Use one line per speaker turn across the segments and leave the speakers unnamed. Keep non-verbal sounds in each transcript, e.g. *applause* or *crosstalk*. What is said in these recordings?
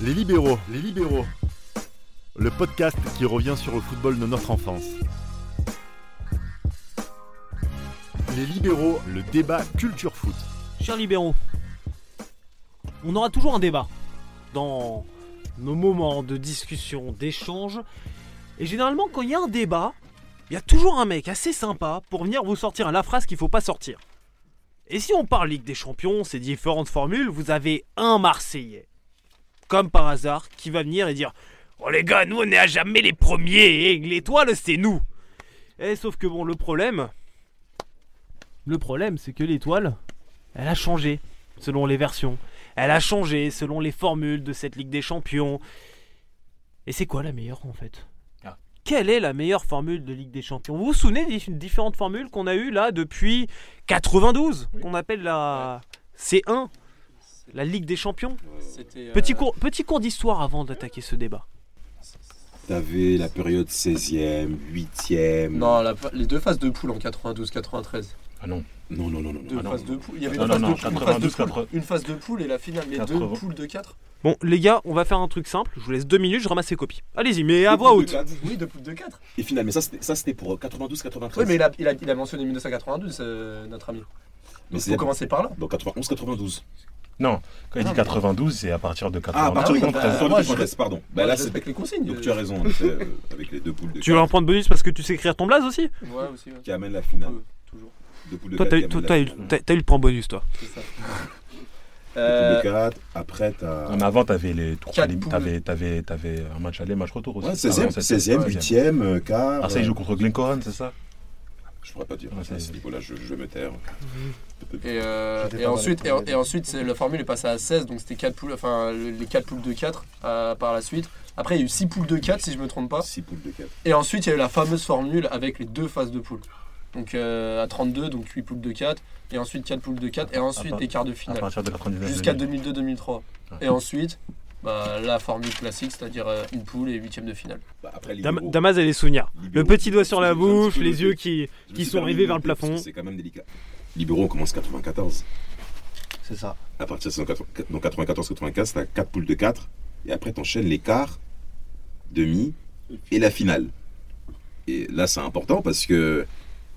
Les libéraux, les libéraux. Le podcast qui revient sur le football de notre enfance. Les libéraux, le débat culture foot.
Chers libéraux, on aura toujours un débat dans nos moments de discussion, d'échange. Et généralement, quand il y a un débat, il y a toujours un mec assez sympa pour venir vous sortir la phrase qu'il faut pas sortir. Et si on parle Ligue des Champions, ces différentes formules, vous avez un Marseillais, comme par hasard, qui va venir et dire Oh les gars, nous on est à jamais les premiers, et l'étoile c'est nous Et sauf que bon, le problème. Le problème, c'est que l'étoile, elle a changé, selon les versions. Elle a changé selon les formules de cette Ligue des Champions. Et c'est quoi la meilleure en fait
Ah.
Quelle est la meilleure formule de Ligue des Champions Vous vous souvenez des différentes formules qu'on a eues là depuis 92
Oui.
Qu'on appelle la C1 La Ligue des Champions
C'était, euh,
Petit cours, petit cours d'histoire avant d'attaquer ce débat.
T'avais la période 16e, 8e.
Non, la- les deux phases de poule en 92-93.
Ah non.
non, non, non. non,
Deux
Ah non.
phases de poule. Il y avait
Non,
une,
non,
phase
non,
de poule, une phase de
92,
poule, une phase de poule et la finale. Mais deux
80.
poules de 4
Bon, les gars, on va faire un truc simple. Je vous laisse deux minutes, je ramasse les copies. Allez-y, mais à voix
Deux *laughs*
haute.
quatre.
Oui, deux poules de 4.
Et finalement, mais ça c'était ça, c'était pour euh, 92-93.
Oui, mais il a, il a- il a mentionné 1992, euh, notre ami.
Mais
Donc
c'est- Bah,
faut commencer par là.
Donc 91-92.
Non, quand il
Ah,
dit
mais-
92, c'est à partir de
Ah, à
92.
partir de
oui, bah,
93,
moi,
93, pardon. Bah
Moi,
là,
je
c'est.
respecte les consignes.
Donc tu as raison, en effet, euh, avec les deux poules de
Tu veux un
quatre
point de bonus parce que tu sais écrire ton blaze aussi
Ouais, aussi, ouais.
qui amènent la finale.
Ouais, Toujours.
Deux poules de
Toi,
4.
t'as eu, toi, t'as eu- t'as- t'as eu le point bonus, toi.
C'est
*laughs*
ça.
Deux
Euh,
poules de 4, après t'as.
Non, mais avant, t'avais les trois.
Quatre
lib-
poules.
T'avais, t'avais, t'avais un match aller, match retour aussi.
Ouais,
Ah
16e,
non, ça, c'est-
16e,
ouais,
8e, euh, quart.
Ah, ça, il joue contre Glencoran, c'est ça
Je pourrais pas dire.
Ouais,
À
c'est-
ce niveau-là, je, je vais me taire.
Et, euh,
J'étais
et
pas mal
ensuite, et,
informé.
et ensuite c'est- la formule est passée à 16, donc c'était 4 poules, enfin le- les 4 poules de 4 euh, par la suite. Après, il y a eu 6 poules de 4, si je me trompe pas.
6 poules de 4.
Et ensuite, il y a eu la fameuse formule avec les deux phases de poule. Donc euh, à 32, donc 8 poules de 4, et ensuite 4 poules de 4, et ensuite
part-
des quarts de
À
finale.
partir de 99.
Jusqu'à
2000.
2002-2003.
Ouais.
Et ensuite, bah, la formule classique, c'est-à-dire euh, une poule et huitième de finale.
Bah, après, les
Dam-
libéraux-
Damas a les souvenirs. Le
libéraux,
petit doigt sur
je
la
me suis un petit
bouche,
peu
les
noté.
yeux qui.
Je me
qui
suis
sont
permis
arrivés
de
vers le
noter parce que
plafond.
C'est quand même délicat. Libéraux, on commence 94.
C'est ça.
à partir de 180 donc 94-95, t'as 4 poules de 4, et après t'enchaînes les quarts, demi et la finale. Et là, c'est important parce que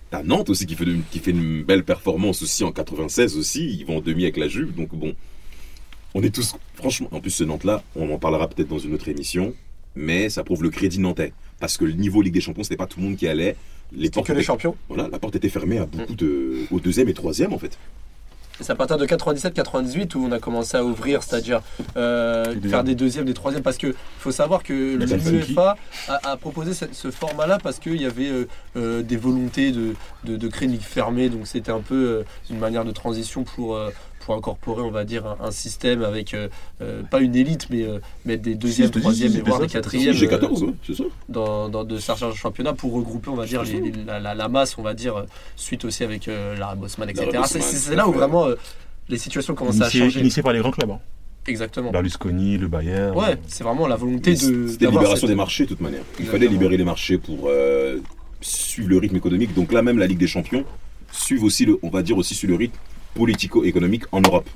t'as Nantes aussi qui fait, de- qui fait une belle performance aussi en 96 aussi, ils vont en demi avec la Juve, donc bon, on est tous, franchement, en plus ce Nantes-là, on en parlera peut-être dans une autre émission, mais ça prouve le crédit nantais, parce que le niveau Ligue des Champions, c'était pas tout le monde qui allait, les portes
que les
étaient-
champions.
voilà, la porte était fermée à beaucoup de, au deuxième et troisième en fait.
Et c'est à partir de 97-98 où on a commencé à ouvrir, c'est-à-dire euh,
Et bien.
faire des deuxièmes, des troisièmes, parce que faut savoir que
Mais t'as le funky.
l'UEFA a, a proposé ce, ce format-là parce qu'il y avait euh, euh, des volontés de, de, de créer une ligue fermée, donc c'était un peu euh, une manière de transition pour, euh, pour incorporer, on va dire, un, un système avec, euh, euh, pas une élite, mais, euh, mais des deuxièmes,
Si, je te dis,
troisièmes,
si,
et
c'est
voire
ça.
des quatrièmes.
Si, J'ai
euh,
14, ouais, c'est ça.
dans, dans- de certains championnats pour regrouper, on va dire, les- les- la, la- la masse, on va dire, euh, suite aussi avec euh, la Bosman, etc.
Lara
C'est-
Bosman,
C'est
tout
c'est là
à
où
fait.
vraiment euh, les situations commencent à
Initié,
changer.
initié par les grands clubs. Hein.
Exactement.
Berlusconi, le Bayern. euh,
Ouais, c'est vraiment la volonté de.
C'était
d'avoir
libération
cette- Euh,
des marchés de toute manière. Il
Exactement.
fallait libérer les marchés pour euh, suivre le rythme économique. Donc là même la Ligue des Champions suive aussi le, on va dire aussi sur le rythme politico-économique en Europe.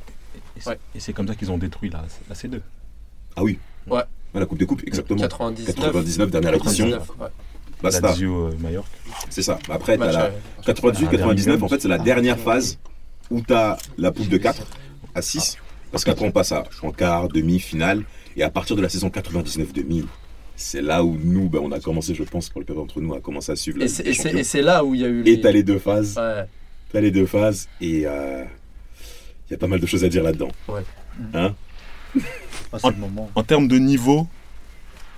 Et c'est-
Ouais.
et c'est comme ça qu'ils ont détruit la, la C2.
Ah oui.
Ouais.
Ah, la Coupe des Coupes, exactement.
99.
99 dernière édition.
99, ouais.
Basta.
Lazio, euh, Mallorca.
C'est ça. Après t'as
Match,
la
euh,
98-99. En fait c'est la dernière
Ah,
phase où t'as la poule de 4 à 6.
Ah.
Parce qu'après on passe à en quart, demi, finale. Et à partir de la saison 99-2000. C'est là où nous, ben, on a commencé, je pense, pour le période entre nous, à commencer à suivre la
Et
Ligue
c'est-
des
et c'est
Champions.
et c'est Ah. là où il y a eu.
Et t'as les deux phases.
Ouais.
T'as les deux phases et il y a pas mal de choses à dire là-dedans.
En termes de niveau,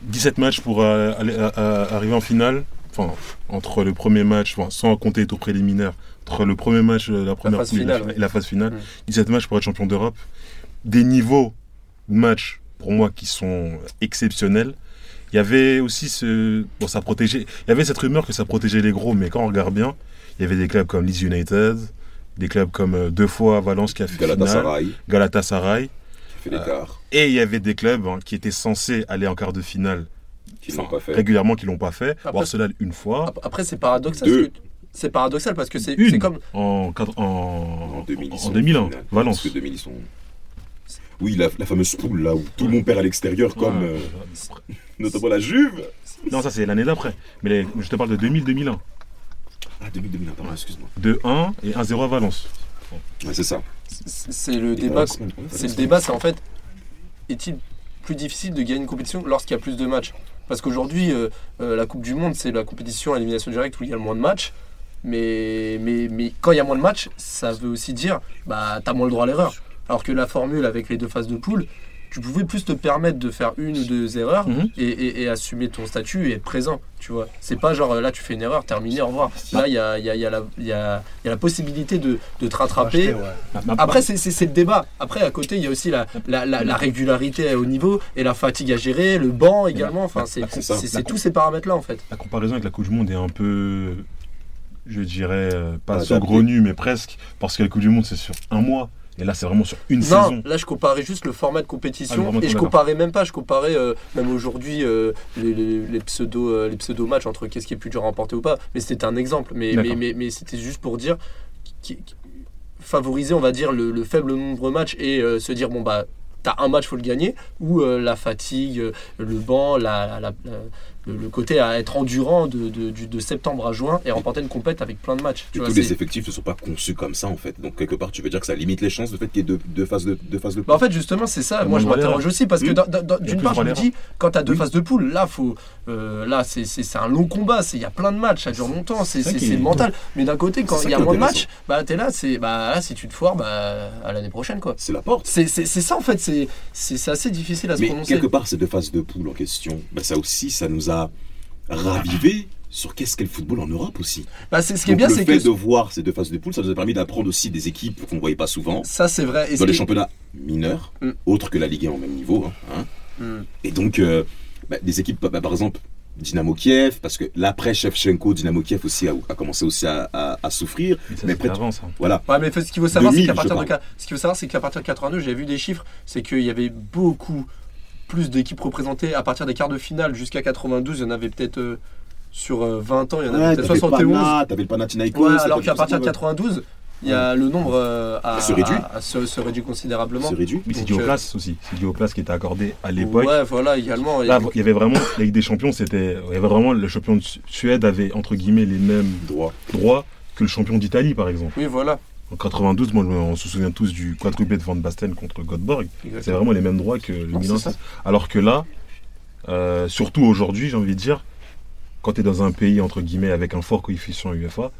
17 matchs pour euh, aller- à- à- arriver en finale. Enfin, entre le premier match, enfin, sans compter tout préliminaire, entre le premier match, euh, la première
phase
poule et
finale,
la,
ouais.
et la phase finale,
Mm.
17 matchs pour être champion d'Europe. Des niveaux de matchs, pour moi, qui sont exceptionnels. Il y avait aussi ce. Bon, ça protégeait. Il y avait cette rumeur que ça protégeait les gros, mais quand on regarde bien, il y avait des clubs comme Leeds United, des clubs comme euh, deux fois Valence qui a fait finale,
Galatasaray,
Galatasaray.
qui
Ah.
fait l'écart,
Et il y avait des clubs hein, qui étaient censés aller en quart de finale
qui
enfin,
n'ont pas fait.
régulièrement, qui l'ont pas fait.
Après-
Barcelone une fois,
Ap- Après, c'est paradoxal.
Deux.
parce que- C'est paradoxal parce que c'est
Une.
c'est comme.
en, quatre-
En
en,
2000, ils
en
sont
2000, hein,
finale.
Valence.
Parce que 2000, ils sont. Oui, la, la fameuse poule là où tout le monde perd à l'extérieur, comme
Ouais.
euh, *laughs* notamment la Juve.
Non, ça c'est l'année d'après. Mais les- je te parle de 2000-2001.
Ah, 2000-2001, pardon, excuse-moi.
De 1 et 1-0 à Valence.
Ouais, c'est ça.
C'est c'est le
Et
débat.
voilà,
qu'on-
c'est-
C'est le débat, c'est en fait, est-il plus difficile de gagner une compétition lorsqu'il y a plus de matchs Parce qu'aujourd'hui, euh, euh, la Coupe du Monde, c'est la compétition à élimination directe où il y a le moins de matchs. Mais, mais, mais quand il y a moins de matchs, ça veut aussi dire, bah, t'as moins le droit à l'erreur. Alors que la formule avec les deux phases de poule, tu pouvais plus te permettre de faire une ou deux erreurs
Mhm.
et, et- et assumer ton statut et être présent, tu vois. C'est pas genre, euh, là, tu fais une erreur, terminé, au revoir. Là, il y a, il y a- il y a la- il y a- il y a la possibilité de, de te rattraper.
Acheter, ouais.
Ma- ma-
Après, c'est- c'est c'est le débat. Après, à côté, il y a aussi la, la, la- la régularité au niveau et la fatigue à gérer, le banc également. Enfin, c'est
Ah, C'est ça.
c'est- c'est tous ces paramètres-là, en fait.
La comparaison avec la Coupe du Monde est un peu, je dirais, euh, pas
Adapté.
saugrenue, mais presque. Parce que la Coupe du Monde, c'est sur un mois. Et là, c'est vraiment sur une
Non,
saison.
là, je comparais juste le format de
Ah, le
compétition
format de
et je
compétition.
comparais même pas. Je comparais euh, même aujourd'hui euh, les, les- les pseudo, euh, les pseudo matchs entre qu'est-ce qui est plus dur à remporter ou pas. Mais c'était un exemple. Mais, mais,
D'accord.
mais, mais c'était juste pour dire qui- qui- favoriser, on va dire, le, le faible nombre de matchs et euh, se dire bon bah. T'as un match, faut le gagner, ou euh, la fatigue, euh, le banc, la, la- la- la- le, le côté à être endurant de, de- du- de septembre à juin et remporter une compète avec plein de matchs.
Et
Tu vois,
tous
c'est-
les effectifs ne sont pas conçus comme ça en fait. Donc quelque part, tu veux dire que ça limite les chances de fait qu'il y ait deux, deux phases de deux phases de
Bah en fait justement c'est ça,
Comme
moi je
on voit
m'interroge aussi parce que
Mm.
dans- dans- dans-
y a
d'une
plus
part
de
je me
valeur.
dis quand t'as deux
Oui.
phases de poule là faut euh, là c'est- c'est c'est un long combat, c'est il y a plein de matchs, ça dure longtemps, c'est
ça
c'est-
qui
c'est
est-
mental. Mais d'un côté quand
ça
il y a
qui est
moins de
intéressant.
matchs, bah t'es là c'est bah là, si tu te foires bah à l'année prochaine quoi.
C'est la porte.
C'est c'est- c'est ça en fait, c'est c'est c'est assez difficile à se
Mais
prononcer.
quelque part, ces deux phases de poule en question, bah, ça aussi, ça nous a ravivé sur qu'est-ce qu'est le football en Europe aussi.
Bah, c'est ce qui est
Donc,
bien
le
c'est
fait
que
de voir ces deux phases de poule, ça nous a permis d'apprendre aussi des équipes qu'on ne voyait pas souvent
ça c'est vrai. Et ce
dans les
qui-
championnats mineurs,
Mm.
autres que la Ligue 1 au même niveau. hein, hein.
Mm.
Et donc, euh, bah, des équipes, bah, par exemple, Dynamo Kiev, parce que l'après Shevchenko, Dynamo Kiev aussi a, a commencé aussi à, à- à souffrir.
Mais ça,
Mais
c'était
après-
avant, ça.
Voilà.
Ouais, mais ce qu'il faut savoir, c'est
2000,
qu'à partir,
je
de- ce qu'il faut savoir, c'est qu'à partir de 82, j'ai vu des chiffres, c'est qu'il y avait beaucoup plus d'équipes représentées à partir des quarts de finale jusqu'à 92. Il y en avait peut-être euh, sur euh, 20 ans, il y en avait
Ouais,
peut-être
t'avais
71.
Pana, t'avais le Panathinaikos.
Ouais,
t'avais
alors
le
qu'à partir de
Kosovo,
92, il y a le nombre euh, à-
Se réduit.
à- à se, se réduit considérablement.
C'est réduit.
Mais c'est
Donc,
dû aux
euh,
places aussi. C'est dû aux places qui étaient accordées à l'époque. Bah,
Ouais, voilà, également. Et-
Là, il y avait vraiment, la Ligue des Champions, c'était, il y avait vraiment, le champion de Su- Suède avait, entre guillemets, les mêmes
Droit.
droits que le champion d'Italie, par exemple.
Oui, voilà.
En 92, moi, je me- on se souvient tous du quadruplé de Van Basten contre Göteborg. C'est vraiment les mêmes droits que le
Non,
Milan.
c'est ça.
Alors que là, euh, surtout aujourd'hui, j'ai envie de dire, quand tu es dans un pays, entre guillemets, avec un fort coefficient UEFA,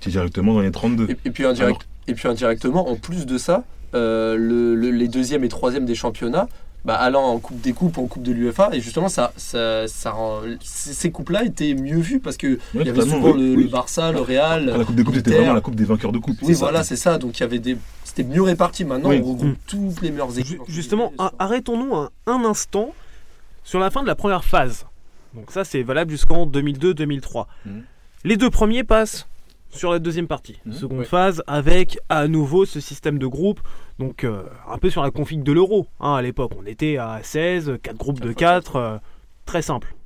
tu es directement dans les 32.
Et, et puis indirect, et puis indirectement, en plus de ça, euh, le- le- les deuxièmes et troisièmes des championnats, bah, allant en Coupe des Coupes, en Coupe de l'UEFA, et justement, ça, ça, ça rend- ces ces coupes-là étaient mieux vues parce que
Ouais,
il y avait
totalement,
souvent
oui.
le,
oui.
le Barça, le Real.
Après, La Coupe des Coupes, c'était
Inter.
vraiment la Coupe des vainqueurs de Coupe.
oui,
C'est ça.
voilà, c'est ça. Donc il y avait des, c'était mieux réparti. Maintenant,
Oui. Mm.
on regroupe toutes les meilleures
Ju-
équipes.
Justement, a- arrêtons-nous un, un instant sur la fin de la première phase. Donc ça, c'est valable jusqu'en 2002-2003.
Mhm.
Les deux premiers passent sur la deuxième partie,
Mhm.
seconde
Ouais.
phase, avec à nouveau ce système de groupes, donc euh, un peu sur la config de l'euro. hein, à l'époque, on était à 16, 4 groupes de 4, très simple.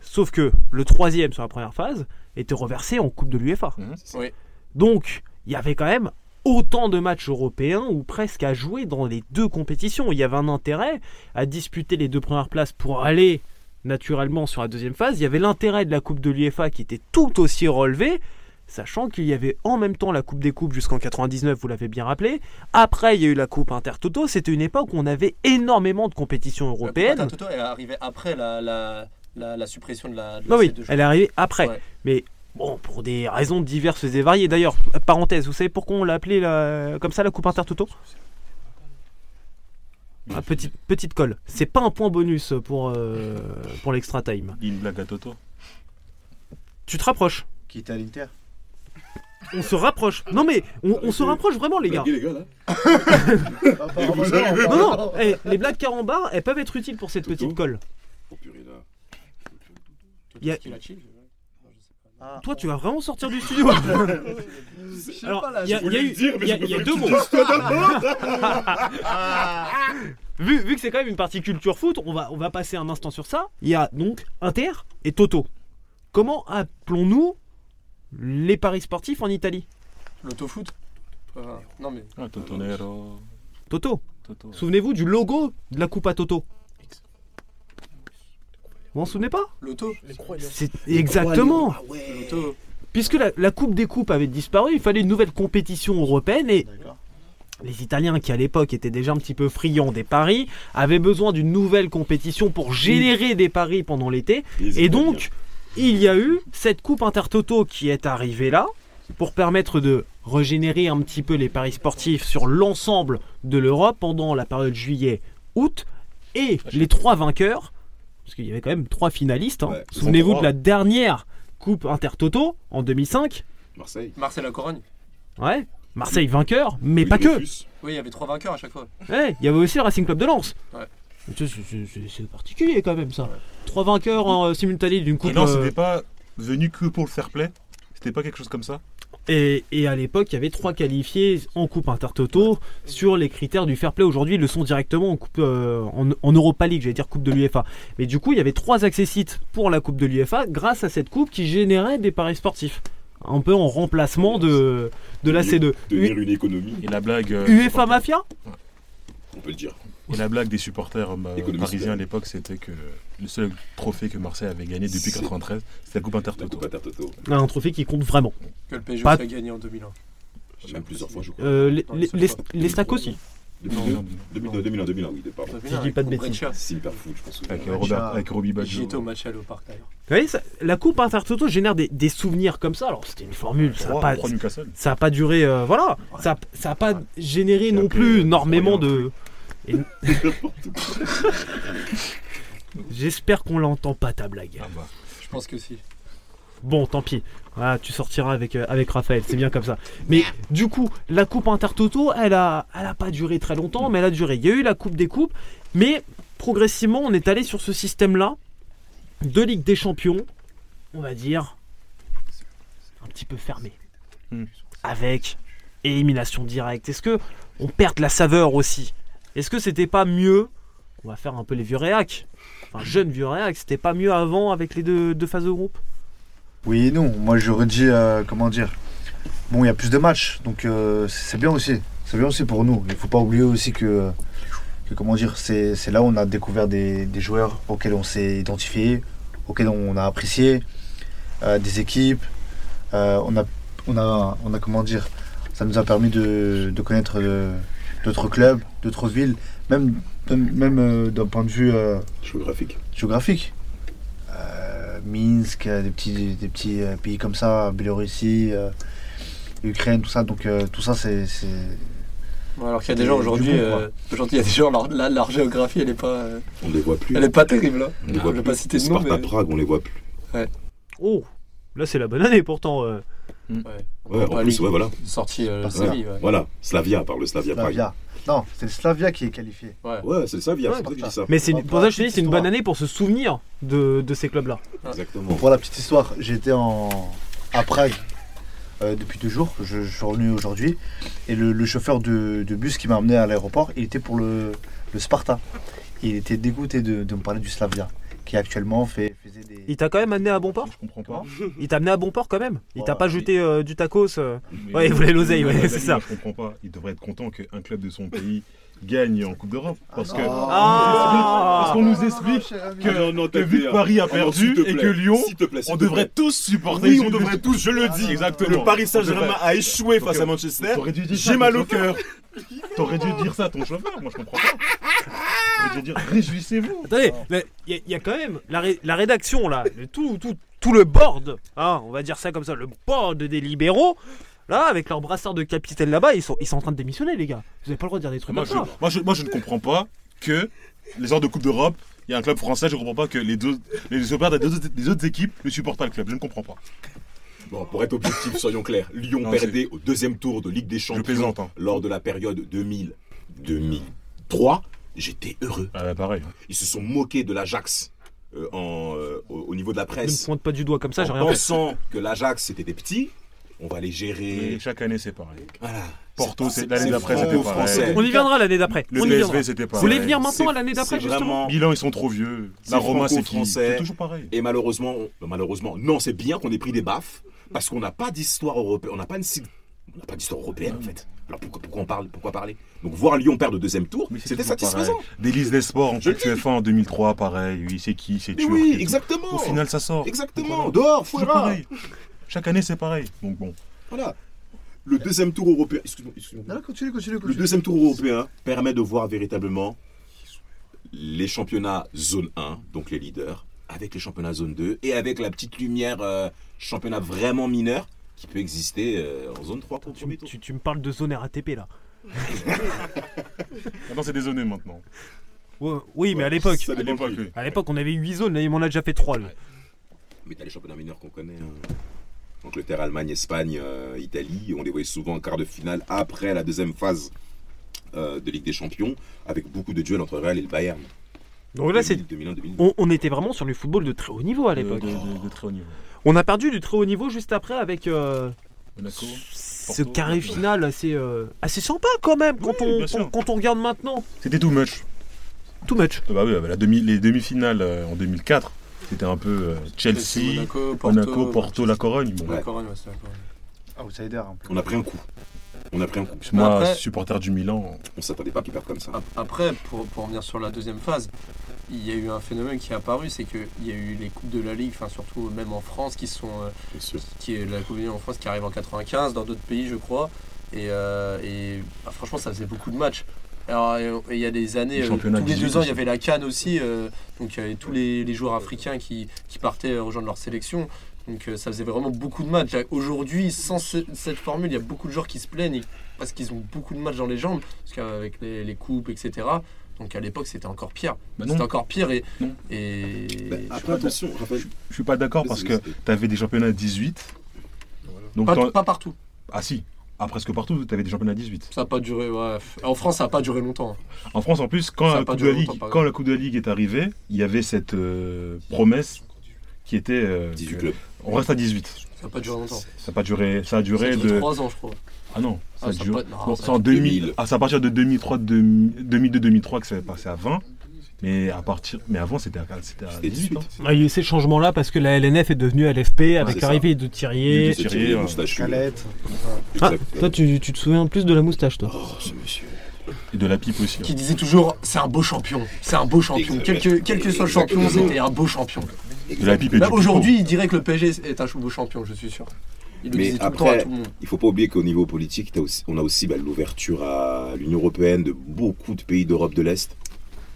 Sauf que le troisième sur la première phase était reversé en Coupe de l'UEFA.
Oui.
Donc, il y avait quand même autant de matchs européens ou presque à jouer dans les deux compétitions. Il y avait un intérêt à disputer les deux premières places pour aller naturellement sur la deuxième phase. Il y avait l'intérêt de la Coupe de l'UEFA qui était tout aussi relevé, sachant qu'il y avait en même temps la Coupe des Coupes jusqu'en 99, vous l'avez bien rappelé. Après, il y a eu la Coupe Intertoto. C'était une époque où on avait énormément de compétitions
européenne.
européennes.
est arrivée après la, la, la, la suppression de la. de
Bah
la
oui,
C2, je
elle est arrivée après.
Ouais.
Mais bon, pour des raisons diverses et variées. D'ailleurs, parenthèse, vous savez pourquoi on l'a appelée la- comme ça la Coupe Intertoto Ah, petite, petite colle. C'est pas un point bonus pour, euh, pour l'extra time.
Une blague à Toto.
Tu te rapproches.
Qui était à l'Inter
On se rapproche. Non mais, on, on se rapproche vraiment les gars.
Blaguez, les gars, là.
Non, non, eh, les blagues carambar, elles peuvent être utiles pour cette petite colle.
Oh, purée, là.
crois.
il y a-
Qui l'a chill, je-
Ah,
Toi, tu vas vraiment sortir du studio. Alors, il y a, il y a eu- il y a- il y a deux mots. *laughs* vu, vu que c'est quand même une partie culture foot, on va, on va passer un instant sur ça. Il y a donc Inter et Toto. Comment appelons-nous les paris sportifs en Italie
L'autofoot. Euh, non mais.
Ah, Totonero.
Toto.
Toto.
Souvenez-vous du logo de la coupe à Toto. Vous vous en souvenez pas
L'auto.
C'est exactement.
Ah ouais.
L'auto.
Puisque la, la coupe des coupes avait disparu, il fallait une nouvelle compétition européenne et
D'accord.
les Italiens, qui à l'époque étaient déjà un petit peu friands des paris, avaient besoin d'une nouvelle compétition pour générer des paris pendant l'été. Et donc, il y a eu cette coupe intertoto qui est arrivée là pour permettre de régénérer un petit peu les paris sportifs sur l'ensemble de l'Europe pendant la période juillet-août et les trois vainqueurs, parce qu'il y avait quand même trois finalistes. hein.
Ouais, ils sont
Souvenez-vous
trois.
de la dernière coupe intertoto en 2005,
Marseille.
Marcel la Corogne.
ouais. Marseille vainqueur, mais pas que.
Juventus.
Oui, il y avait trois vainqueurs à chaque fois.
Ouais, il y avait aussi le Racing Club de Lens.
Ouais.
C'est- c'est- C'est c'est particulier quand même ça. Trois vainqueurs en, euh, simultané d'une coupe.
Et non,
euh,
c'était pas venu que pour le fair play C'était pas quelque chose comme ça
Et, et à l'époque, il y avait trois qualifiés en Coupe Intertoto sur les critères du fair play. Aujourd'hui, ils le sont directement en, coupe, euh, en, en Europa League, j'allais dire Coupe de l'UEFA. Mais du coup, il y avait trois accessites pour la Coupe de l'UEFA grâce à cette coupe qui générait des paris sportifs. Un peu en remplacement de, de la C2.
Tenir une économie,
Et la blague. euh,
UEFA Mafia
on peut le dire.
Et la blague des supporters bah,
Économiste.
parisiens à l'époque, c'était que le seul trophée que Marseille avait gagné depuis
C'est-
93, c'était la Coupe
La
Intertoto.
Coupe Intertoto,
Un trophée qui compte vraiment.
Que le PSG
Pas-
a gagné en 2001.
même plusieurs fois, je crois.
Euh, les,
Non,
les,
c'est
les,
pas-
les stacks aussi.
Non,
2002,
non, non.
2002, 2001, 2001, oui, de pardon.
Si je dis pas de bêtises.
Simper Foot, je pense.
Avec,
que-
euh, Robert, avec Robbie Baggio.
J'y étais au match à Parc d'ailleurs.
Vous voyez, ça- la Coupe Intertoto génère des, des souvenirs comme ça. Alors, c'était une formule, ça n'a
Trois-
pas,
trois Newcastle.
ça a pas duré euh, voilà
Ouais.
ça ça a pas généré
C'est un
non
peu
plus énormément
moyen. *laughs*
de *laughs* j'espère qu'on l'entend pas ta blague
Ah bah.
Je pense que si.
bon tant pis Voilà, tu sortiras avec euh, avec Raphaël c'est bien comme ça mais du coup la coupe intertoto elle a elle a pas duré très longtemps mais elle a duré il y a eu la coupe des coupes mais progressivement on est allé sur ce système là de ligue des champions on va dire un petit peu fermé
Hmm.
avec élimination directe est-ce que on perd de la saveur aussi est-ce que c'était pas mieux on va faire un peu les vieux réacs enfin jeune vieux réac c'était pas mieux avant avec les deux, deux phases de groupe
Oui et non. Moi, j'aurais dit, euh, comment dire, bon, il y a plus de matchs, donc euh, c'est bien aussi. C'est bien aussi pour nous. Il faut pas oublier aussi que, que comment dire, c'est c'est là où on a découvert des, des joueurs auxquels on s'est identifié, auxquels on a apprécié, euh, des équipes. Euh, on a, on a, on a comment dire, ça nous a permis de, de connaître euh, d'autres clubs, d'autres villes, même, même, même, euh, d'un point de vue. euh,
Géographique.
géographique. Euh, Minsk, euh, des petits, des petits euh, pays comme ça, Biélorussie, euh, Ukraine, tout ça. Donc euh, tout ça, c'est. c'est-
Bon, alors qu'il y a des
Du
gens
bon,
aujourd'hui,
quoi.
euh, aujourd'hui, il y a des gens, leur, là, leur géographie, elle est pas, euh,
On les voit plus.
elle est pas terrible. Hein.
On les
Je
voit
vais
plus.
pas citer de nom,
Sparta
mais
Prague, on les voit plus.
Oh, là c'est la bonne année pourtant. euh.
Ouais, en
Ouais,
plus,
les-
ouais, voilà.
sorti euh,
Parce
série, ouais.
Voilà, Slavia, par le Slavia Prague.
Slavia. Non, c'est le Slavia qui est qualifié.
Ouais, c'est le Slavia,
Ouais,
c'est pour ça que je dis ça.
Mais c'est
On
pour
va
ça que je te dis c'est une
histoire.
bonne année pour se souvenir de, de ces clubs-là.
Exactement.
Pour la petite histoire, j'étais en à Prague euh, depuis deux jours. Je, je suis revenu aujourd'hui et le, le chauffeur de, de bus qui m'a amené à l'aéroport, il était pour le, le Sparta. Il était dégoûté de, de me parler du Slavia, qui actuellement fait faisait des.
Il t'a quand même amené à bon port
Je comprends pas.
Il t'a amené à bon port quand même Il t'a
Ouais,
pas
oui.
jeté euh, du tacos euh.
Mais-
Ouais, il voulait l'oseille, ouais,
Mais
c'est
Baggio,
ça.
Je comprends pas. Il devrait être content qu'un club de son pays gagne en Coupe d'Europe. Parce que.
Ah
parce qu'on nous explique que, que vu que Paris a
hein. Ah
perdu et que Lyon, on devrait tous supporter.
Oui,
Jules
on devrait
Rimet.
tous, je le
Ah,
dis.
non,
Exactement. Le Paris Saint-Germain a échoué
Donc,
face
euh,
à Manchester.
T'aurais dû dire ça,
J'ai mal
ton
au
chauffeur.
cœur.
T'aurais dû dire ça à ton chauffeur. Moi, je comprends pas. T'aurais dû dire réjouissez-vous.
Attendez, il y, a quand même la, ré- la rédaction là, le- tout, tout, tout le board, hein, on va dire ça comme ça, le board des libéraux. Là, avec leur brassard de capitaine là-bas, ils sont, ils sont en train de démissionner, les gars. Vous avez pas le droit de dire des trucs
Moi
comme
je,
ça.
moi, je, moi, je ne comprends pas que les heures de Coupe d'Europe, il y a un club français, je ne comprends pas que les deux les supporters des, autres- des autres équipes ne supportent pas le club. Je ne comprends pas.
Bon, pour être objectif, soyons clairs. Lyon
Non,
perdait au deuxième tour de Ligue des
Je
Champions
plaisante. Hein.
lors de la période 2000 2003. J'étais heureux.
Ah, bah, pareil.
Ils se sont moqués de l'Ajax euh, en, euh, au, au niveau de la
Ne
presse.
me pointe pas du doigt comme ça, j'ai
en
rien fait.
pensant que l'Ajax c'était des petits, on va les gérer.
Et chaque année, c'est pareil.
Voilà.
Porto, c'est-
c'est-
l'année
c'est
d'après,
franco-
c'était pareil.
français.
On y viendra l'année d'après.
Le
on y viendra.
PSV, c'était
Vous
pareil.
voulez venir maintenant
C'est-
à l'année d'après,
c'est
justement
vraiment-
Milan, ils sont trop vieux.
C'est
La Roma, c'est qui
franco-français.
C'est toujours pareil.
Et malheureusement, on-
ben
non, malheureusement, non, c'est bien qu'on ait pris des baffes parce qu'on n'a pas d'histoire européenne, on n'a pas une si- on n'a pas d'histoire européenne en fait.
Alors pourquoi, pourquoi on parle Pourquoi parler Donc voir Lyon perdre au deuxième tour,
Mais c'est
c'était
toujours
satisfaisant.
Délise des sports en
Je le dis.
TF1 en 2003, pareil. Oui, c'est qui C'est
Mais
Turc et
oui,
tout.
exactement.
Au final, ça sort.
Exactement. Dehors,
Toujours
Fouera.
pareil. Chaque année, c'est pareil. Donc bon.
Voilà. Le deuxième tour européen. excuse-moi, excuse-moi.
Non, non, continue, continue,
Le
continue.
deuxième tour européen permet de voir véritablement les championnats zone 1, donc les leaders, avec les championnats zone 2 et avec la petite lumière euh, championnat vraiment mineur qui peut exister euh, en zone 3 pour le
Tu, me-
premier tour.
tu- tu me parles de zone RATP là.
Maintenant, c'est dézonné maintenant.
Ouais, oui, mais à l'époque.
Ça
À
dépend
l'époque,
plus.
oui.
À l'époque, on avait 8 zones, là, il m'en a déjà fait 3.
Mais t'as les championnats mineurs qu'on connaît. hein. Angleterre, Allemagne, Espagne, euh, Italie. On les voyait souvent en quart de finale après la deuxième phase euh, de Ligue des Champions, avec beaucoup de duels entre le Real et le Bayern.
Donc là, c'est.
2000, 2000.
On, on était vraiment sur du football de très haut niveau à
De,
l'époque.
de- de- Euh, de très haut niveau.
On a perdu du très haut niveau juste après avec euh,
Monaco.
ce
Porto,
carré
Porto.
final assez, euh, assez sympa quand même quand,
Oui,
on,
bien sûr.
quand- quand on regarde maintenant.
C'était too much.
Too much.
Ah Bah oui, la demi, les demi-finales euh, en 2004, c'était un peu euh, Chelsea, Monaco,
Monaco,
Porto, la Corogne. Bon,
La Corogne, ouais, c'est la Corogne.
Outsider, un peu.
On a pris un coup. On a pris un coup.
Moi,
Après-
supporter du Milan,
On s'attendait pas qu'ils perdent comme ça.
Ap- Après, pour, pour revenir sur la deuxième phase, il y a eu un phénomène qui est apparu, c'est qu'il y a eu les coupes de la Ligue, enfin surtout même en France, qui sont euh,
Bien sûr.
qui est la Coupe du Monde en France qui arrive en 95, dans d'autres pays je crois. Et, euh, et, bah, franchement, ça faisait beaucoup de matchs. Alors, et- et il y a des années,
Le
euh,
championnat
tous les
18
deux ans, il
aussi.
y avait la Cannes aussi. euh, donc, il y avait tous les, les joueurs africains qui, qui partaient euh, rejoindre leur sélection. Donc, euh, ça faisait vraiment beaucoup de matchs. Aujourd'hui, sans ce- cette formule, il y a beaucoup de joueurs qui se plaignent et- parce qu'ils ont beaucoup de matchs dans les jambes, parce qu'avec les, les coupes, etc. Donc, à l'époque, c'était encore pire.
bah non,
C'était encore pire. Et,
Non.
et
Bah, après, attention, Raphaël.
je suis pas d'accord parce que t'avais des championnats 18. Donc,
pas,
t'en-
pas partout.
ah si, à presque partout, t'avais des championnats 18.
Ça n'a pas duré. ouais. En France, ça n'a pas duré longtemps. hein.
En France, en plus, quand,
Ça a
la
pas
coupe, de
duré
la Ligue,
longtemps, par
quand la Coupe de la Ligue est arrivée, il y avait cette euh, promesse qui était euh,
18
que-
clubs.
on reste à 18.
Ça n'a pas duré longtemps.
Ça a pas duré, ça a
Ça a
duré
duré
de
3 ans, je crois.
Ah non, ça
Ah,
a
ça
duré.
peut être- non,
Bon,
ça
c'est en
peut
2000.
2000.
Ah, c'est à partir de 2003, 2002-2003 que ça est passé à 20. Mais à partir, mais avant c'était à, c'était à
C'était
18.
18.
hein.
Ah, il y a eu ces changements là parce que la LNF est devenue LFP
c'est
Ah,
avec
ça.
l'arrivée de
Et
Thierry.
Thierry,
Thierry,
euh,
moustachu.
Calette.
hein. Ah,
Exact.
toi tu, tu te souviens plus de la moustache toi.
Oh, ce monsieur.
hein. Et de la pipe aussi.
Qui disait toujours c'est un beau champion, c'est un beau champion.
Exactement.
Quel que, quel que soit le champion,
Exactement.
c'était un beau champion.
De la pipe et
Là
du
Bah, aujourd'hui, il dirait que le PSG est un beau champion, je suis sûr. Il le
Mais
disait tout le temps
après-
à tout le monde.
Il faut pas oublier qu'au niveau politique, t'as aussi- on a aussi bah, l'ouverture à l'Union européenne de beaucoup de pays d'Europe de l'Est.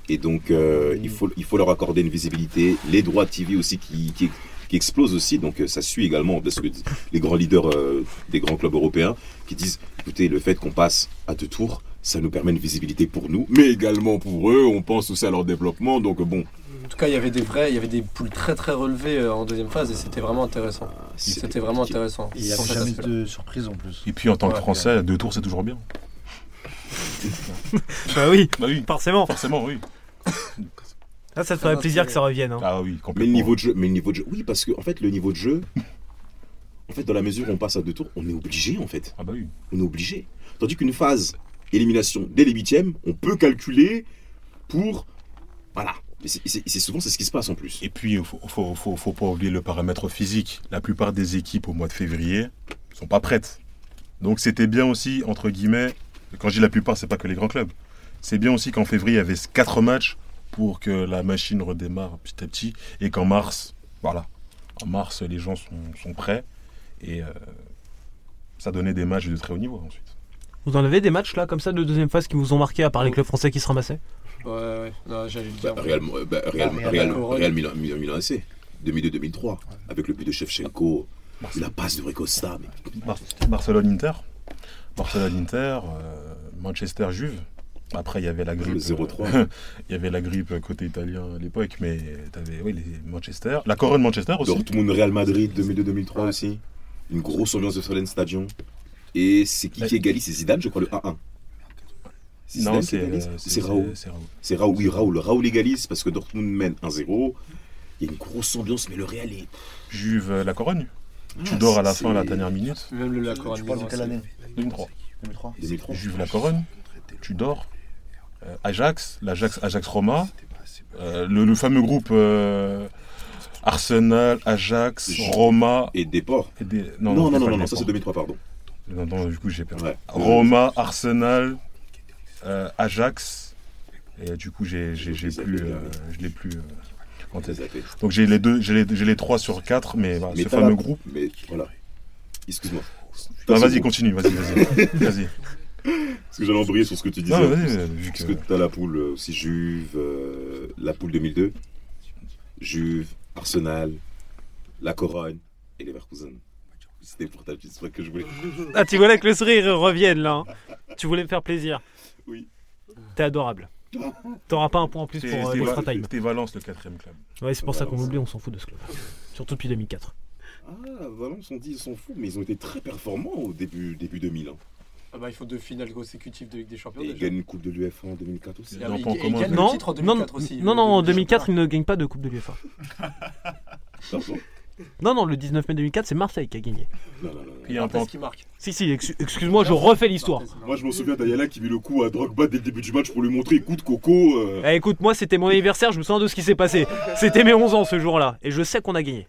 Et donc, euh,
Mmh.
il, faut, il faut leur accorder une visibilité. Les droits TV aussi qui, qui, qui explosent aussi. Donc, euh, ça suit également parce que les grands leaders euh, des grands clubs européens qui disent écoutez, le fait qu'on passe à deux tours, ça nous permet une visibilité pour nous, mais également pour eux. On pense aussi à leur développement. Donc, bon,
En tout cas, il y avait des vrais, il y avait des poules très très relevées euh, en deuxième phase et c'était vraiment intéressant. Ah, C'était vraiment
compliqué.
intéressant.
Il n'y a
Sans cet
jamais
aspect-là.
de surprise en plus.
Et puis en tant que
Ouais,
Français, deux tours c'est toujours bien.
*laughs* Bah oui,
Bah oui,
forcément.
forcément oui.
Ah, ça te
Ça
ferait
m'a
plaisir
inspiré.
que ça revienne. hein.
Ah oui,
Mais le
complètement.
niveau de jeu, mais le niveau de jeu, oui, parce que en fait, le niveau de jeu, *laughs* en fait, dans la mesure où on passe à deux tours, on est obligé, en fait,
Ah bah oui.
on est obligé. Tandis qu'une phase élimination dès les huitièmes, on peut calculer pour, voilà. Mais c'est- c'est c'est souvent c'est ce qui se passe en plus.
Et puis faut, faut, faut, faut pas oublier le paramètre physique. La plupart des équipes au mois de février sont pas prêtes. Donc c'était bien aussi entre guillemets. Quand je dis la plupart, c'est pas que les grands clubs. C'est bien aussi qu'en février il y avait quatre matchs pour que la machine redémarre petit à petit et qu'en mars, voilà, en mars les gens sont, sont prêts et euh, ça donnait des matchs de très haut niveau ensuite.
Vous en avez des matchs là comme ça de deuxième phase qui vous ont marqué à
Oh.
part les clubs français qui se ramassaient
Ouais, ouais, non, j'allais le dire.
Bah, Real, euh, bah, Real,
Bah, Real,
Real-
Corogne.
Real Milan, Milan, Milan AC, 2002-2003, avec le but de Shevchenko, la passe de Ricosta. mais-
Bar- Barcelone-Inter, Barcelone-Inter, euh, Manchester-Juve. Après il y avait la grippe. euh,
Le 0-3.
*laughs* Il y avait la grippe côté italien à l'époque, mais t'avais oui, les Manchester, la couronne Manchester aussi.
Dortmund, Real Madrid, 2002-2003 aussi. Une grosse ambiance de Solène Stadion. Et c'est qui qui égalise C'est Zidane, je crois, le 1-1. C'est Zidane qui
euh,
égalise C'est Raoul.
c'est Raoul.
C'est Raoul, oui, Raoul. Raoul égalise parce que Dortmund mène 1-0. Il y a une grosse ambiance, mais le Real est.
Juve, euh, la couronne. tu dors à la fin, à la dernière minute.
Même le la Corogne,
Tu parles de
ouais,
quelle
c'est-
année
2003. Oh,
2003
2003.
Juve, la couronne. Tu dors. Euh, Ajax, l'Ajax, Ajax Roma. Euh, le, le fameux groupe euh, Arsenal, Ajax,
Juve.
Roma.
Et Deport.
et des-
Non, non,
c'est
non,
pas
non,
le
ça c'est 2003,
Deport.
pardon.
Non, non, du coup, j'ai perdu.
Ah Ouais.
Roma, Arsenal, euh, Ajax. Et euh, du coup, j'ai j'ai- j'ai plus. euh, je l'ai plus. euh, en
T'as
tête.
zappé.
Donc j'ai les deux, j'ai les, j'ai les trois sur quatre, mais voilà,
Mais
ce
t'as
fameux
la-
groupe.
Mais voilà. Excuse-moi.
Non,
T'as ce
vas-y,
groupe.
continue,
*laughs*
vas-y, vas-y, vas-y.
Parce que j'allais embrayer sur ce que tu disais.
Non, vas-y, euh, vu
Parce
que
que t'as la poule euh, aussi Juve, euh, la poule 2002, Juve, Arsenal, la Corogne et les Verkusen. C'était pour ta petite soirée que je voulais.
Ah, tu voulais que le sourire revienne là. hein. Tu voulais me faire plaisir.
Oui.
T'es adorable. T'auras pas un point en plus pour euh,
c'était
l'extra
Val-
time.
c'était Valence le quatrième club.
Ouais, c'est pour ça qu'on
Valence.
oublie, on s'en fout de ce club. Surtout depuis 2004.
Ah, Valence, on dit ils sont fous, mais ils ont été très performants au début, début 2000. hein.
Ah bah, ils font deux finales consécutives de Ligue des Champions.
Et ils
déjà.
gagnent une Coupe de l'UEFA en 2004 aussi.
Ils ont
il-
pas en
il gagne
commun, ça.
le
Non,
titre en
non,
2004 aussi,
non,
le
non, en
Ligue des
2004,
Champions.
ils ne gagnent pas de Coupe de l'UEFA.
Pardon
Non, non, le 19 mai 2004, c'est Marseille qui a gagné.
Non, non, non, non.
Il y a un
Barthez
pan-
qui marque.
Si, si, ex- excuse-moi, je refais l'histoire.
Barthez, non.
Moi, je m'en souviens d'Ayala qui met le coup à Drogba dès le début du match pour lui montrer écoute, Coco. euh,
Eh, écoute, moi, c'était mon anniversaire, je me souviens de ce qui s'est passé. C'était mes 11 ans ce jour-là, et je sais qu'on a gagné.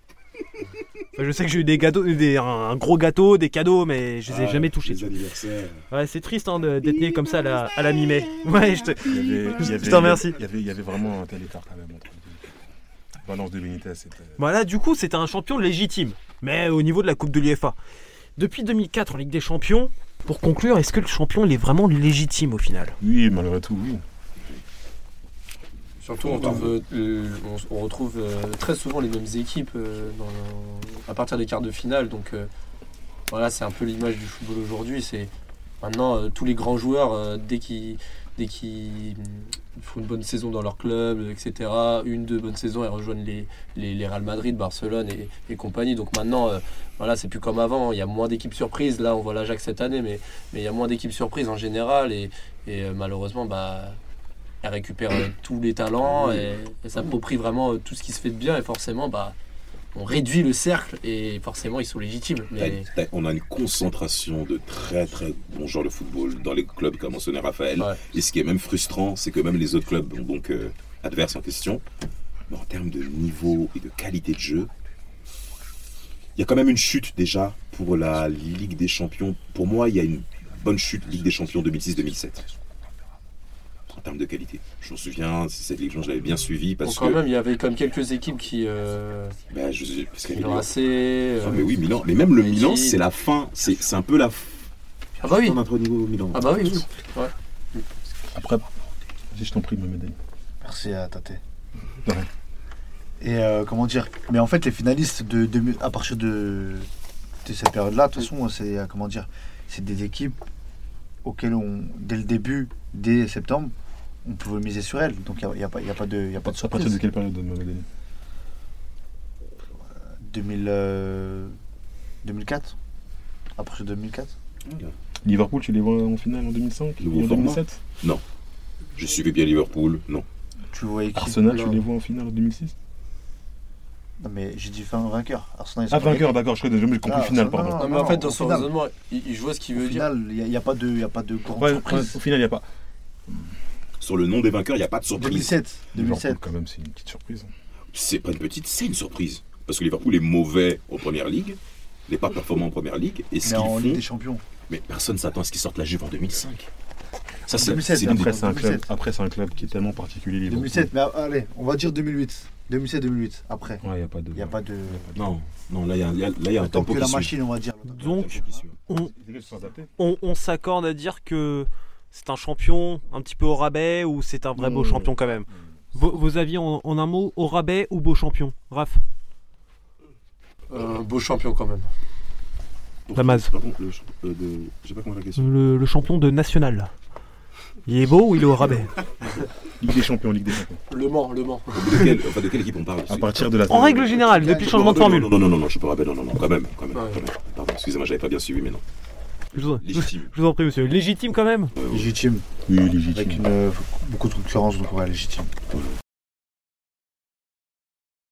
Enfin, je sais que j'ai eu des gâteaux, des, un, un gros gâteau, des cadeaux, mais je les ai
ah,
jamais touchés.
Les anniversaires.
Ouais, c'est triste hein, de- d'être né comme ça à la, à la mi-mai. Ouais, je te...
Il y avait- il y avait-
Je t'en remercie.
Il y avait, il y avait vraiment un tel écart quand même entre les deux. Valence de Benitez, c'était.
Voilà, du coup, c'était un champion légitime, mais au niveau de la Coupe de l'UEFA. Depuis 2004 en Ligue des Champions, pour conclure, est-ce que le champion il est vraiment légitime au final
Oui, malgré tout, oui.
Surtout, on retrouve, euh, on- on retrouve, euh, très souvent les mêmes équipes euh, dans- à partir des quarts de finale. Donc euh, voilà, c'est un peu l'image du football aujourd'hui. C'est maintenant euh, tous les grands joueurs, euh, dès qu'ils dès qu'ils, hum, font une bonne saison dans leur club, euh, etc. Une, deux bonnes saisons, ils rejoignent les, les, les Real Madrid, Barcelone et, et compagnie. Donc maintenant, euh, voilà, c'est plus comme avant. Il y a moins d'équipes surprises. Là, on voit l'Ajax cette année, mais mais il y a moins d'équipes surprises en général. Et, et, euh, malheureusement, bah elle récupère euh, tous les talents et, et s'approprie vraiment euh, tout ce qui se fait de bien et forcément bah on réduit le cercle et forcément ils sont légitimes
T'as-
mais
t'as- on a une concentration de très très bons joueurs de football dans les clubs comme mentionné Raphaël.
Ouais.
Et ce qui est même frustrant, c'est que même les autres clubs, donc, donc euh, adverses en question, mais en termes de niveau et de qualité de jeu, il y a quand même une chute déjà pour la Ligue des Champions. Pour moi, il y a une bonne chute Ligue des Champions 2006-2007. En termes de qualité. Je me souviens, cette Ligue des Champions, je l'avais bien suivie
bon,
parce
quand
que.
même il y avait comme quelques équipes qui euh,
Ben, je- parce qu'à
Milan
Milan-
AC, euh,
Ah, mais oui, Milan. Mais même le
Messi.
Milan, c'est la fin. C'est c'est un peu la fin.
ah bah oui
On a trop de niveau au Milan.
ah bah oui, oui.
Après, si je t'en prie, ma médaille.
Merci à Tate.
De rien.
Et euh, comment dire Mais en fait, les finalistes de, de- à partir de, de cette période-là, de toute façon, c'est euh, comment dire C'est des équipes auxquelles on, dès le début, dès septembre, on pouvait miser sur elles. Donc il n'y a, y a pas y a pas de, y a pas de
À partir de
surprise.
quelle période, ma médaille
2000, euh, 2004. À partir de 2004.
Liverpool, tu les vois en finale en 2005
Nouveau
et en
format.
2007
Je suivais bien Liverpool, non.
Tu voyais qui
Arsenal, tu
Non.
les vois en finale en 2006
Non, mais j'ai dit fin vainqueur. Arsenal, ils sont
Ah,
pas gagnés.
vainqueur, d'accord, je crois que j'ai compris
Ah,
finale,
ça, non,
pardon.
Non, mais
non,
en fait
au
dans son
final-
raisonnement il, il- je vois ce qu'il
Au
veut dire
final, il n'y a, pas de y a pas de grande
Ouais, ouais,
surprise.
au final, il n'y a pas.
Sur le nom des vainqueurs, il n'y a pas de surprise.
2007. 2007.
Liverpool, quand même, c'est une petite surprise.
C'est pas une petite, c'est une surprise. Parce que Liverpool est mauvais en première ligue, n'est pas performant en première ligue, et ce
Mais en
qu'ils
Ligue
font.
des Champions.
Mais personne s'attend à ce qu'ils sortent la Juve en 2005. Ça, c'est
2007,
c'est
hein.
l'une des-
Après,
Après,
c'est un
c'est
2007.
un club,
club-
après, c'est un club qui est tellement particulier, Liverpool.
2007, mais ah, allez, on va dire 2008. 2007-2008, après.
Ouais, il n'y a pas de.
Il n'y a pas de.
Non, non, là, il y a, un- là, il y a un
Tant
tempo
que
qui
la
suit.
machine, on va dire.
Donc,
Tempo qui suit.
Les gars, ils sont adaptés.
on, on s'accorde à dire que c'est un champion un petit peu au rabais ou c'est un vrai beau
Mmh.
champion quand même Vos, vos avis en, en un mot, au rabais ou beau champion Raph
Euh, beau champion quand même
Damas.
Pardon, le ch- euh, de- je sais pas comment la question.
le, le champion de National. Il est beau ou il est au rabais
Ligue des champions, Ligue des champions.
le Mans le Mans
De quelle, enfin, de quelle équipe on
Ah,
parle
À partir de la.
En règle générale, depuis le changement de formule.
Non, non, non, non, non, je peux rappelle, non, non, non, quand même, quand même.
Ouais.
quand même. Pardon, excusez-moi, j'avais pas bien suivi, mais non.
Je vous, en-
Légitime.
je vous en prie, monsieur. Légitime quand même
Légitime.
Oui,
Avec
légitime.
une, euh, beaucoup de concurrence, donc ouais, légitime.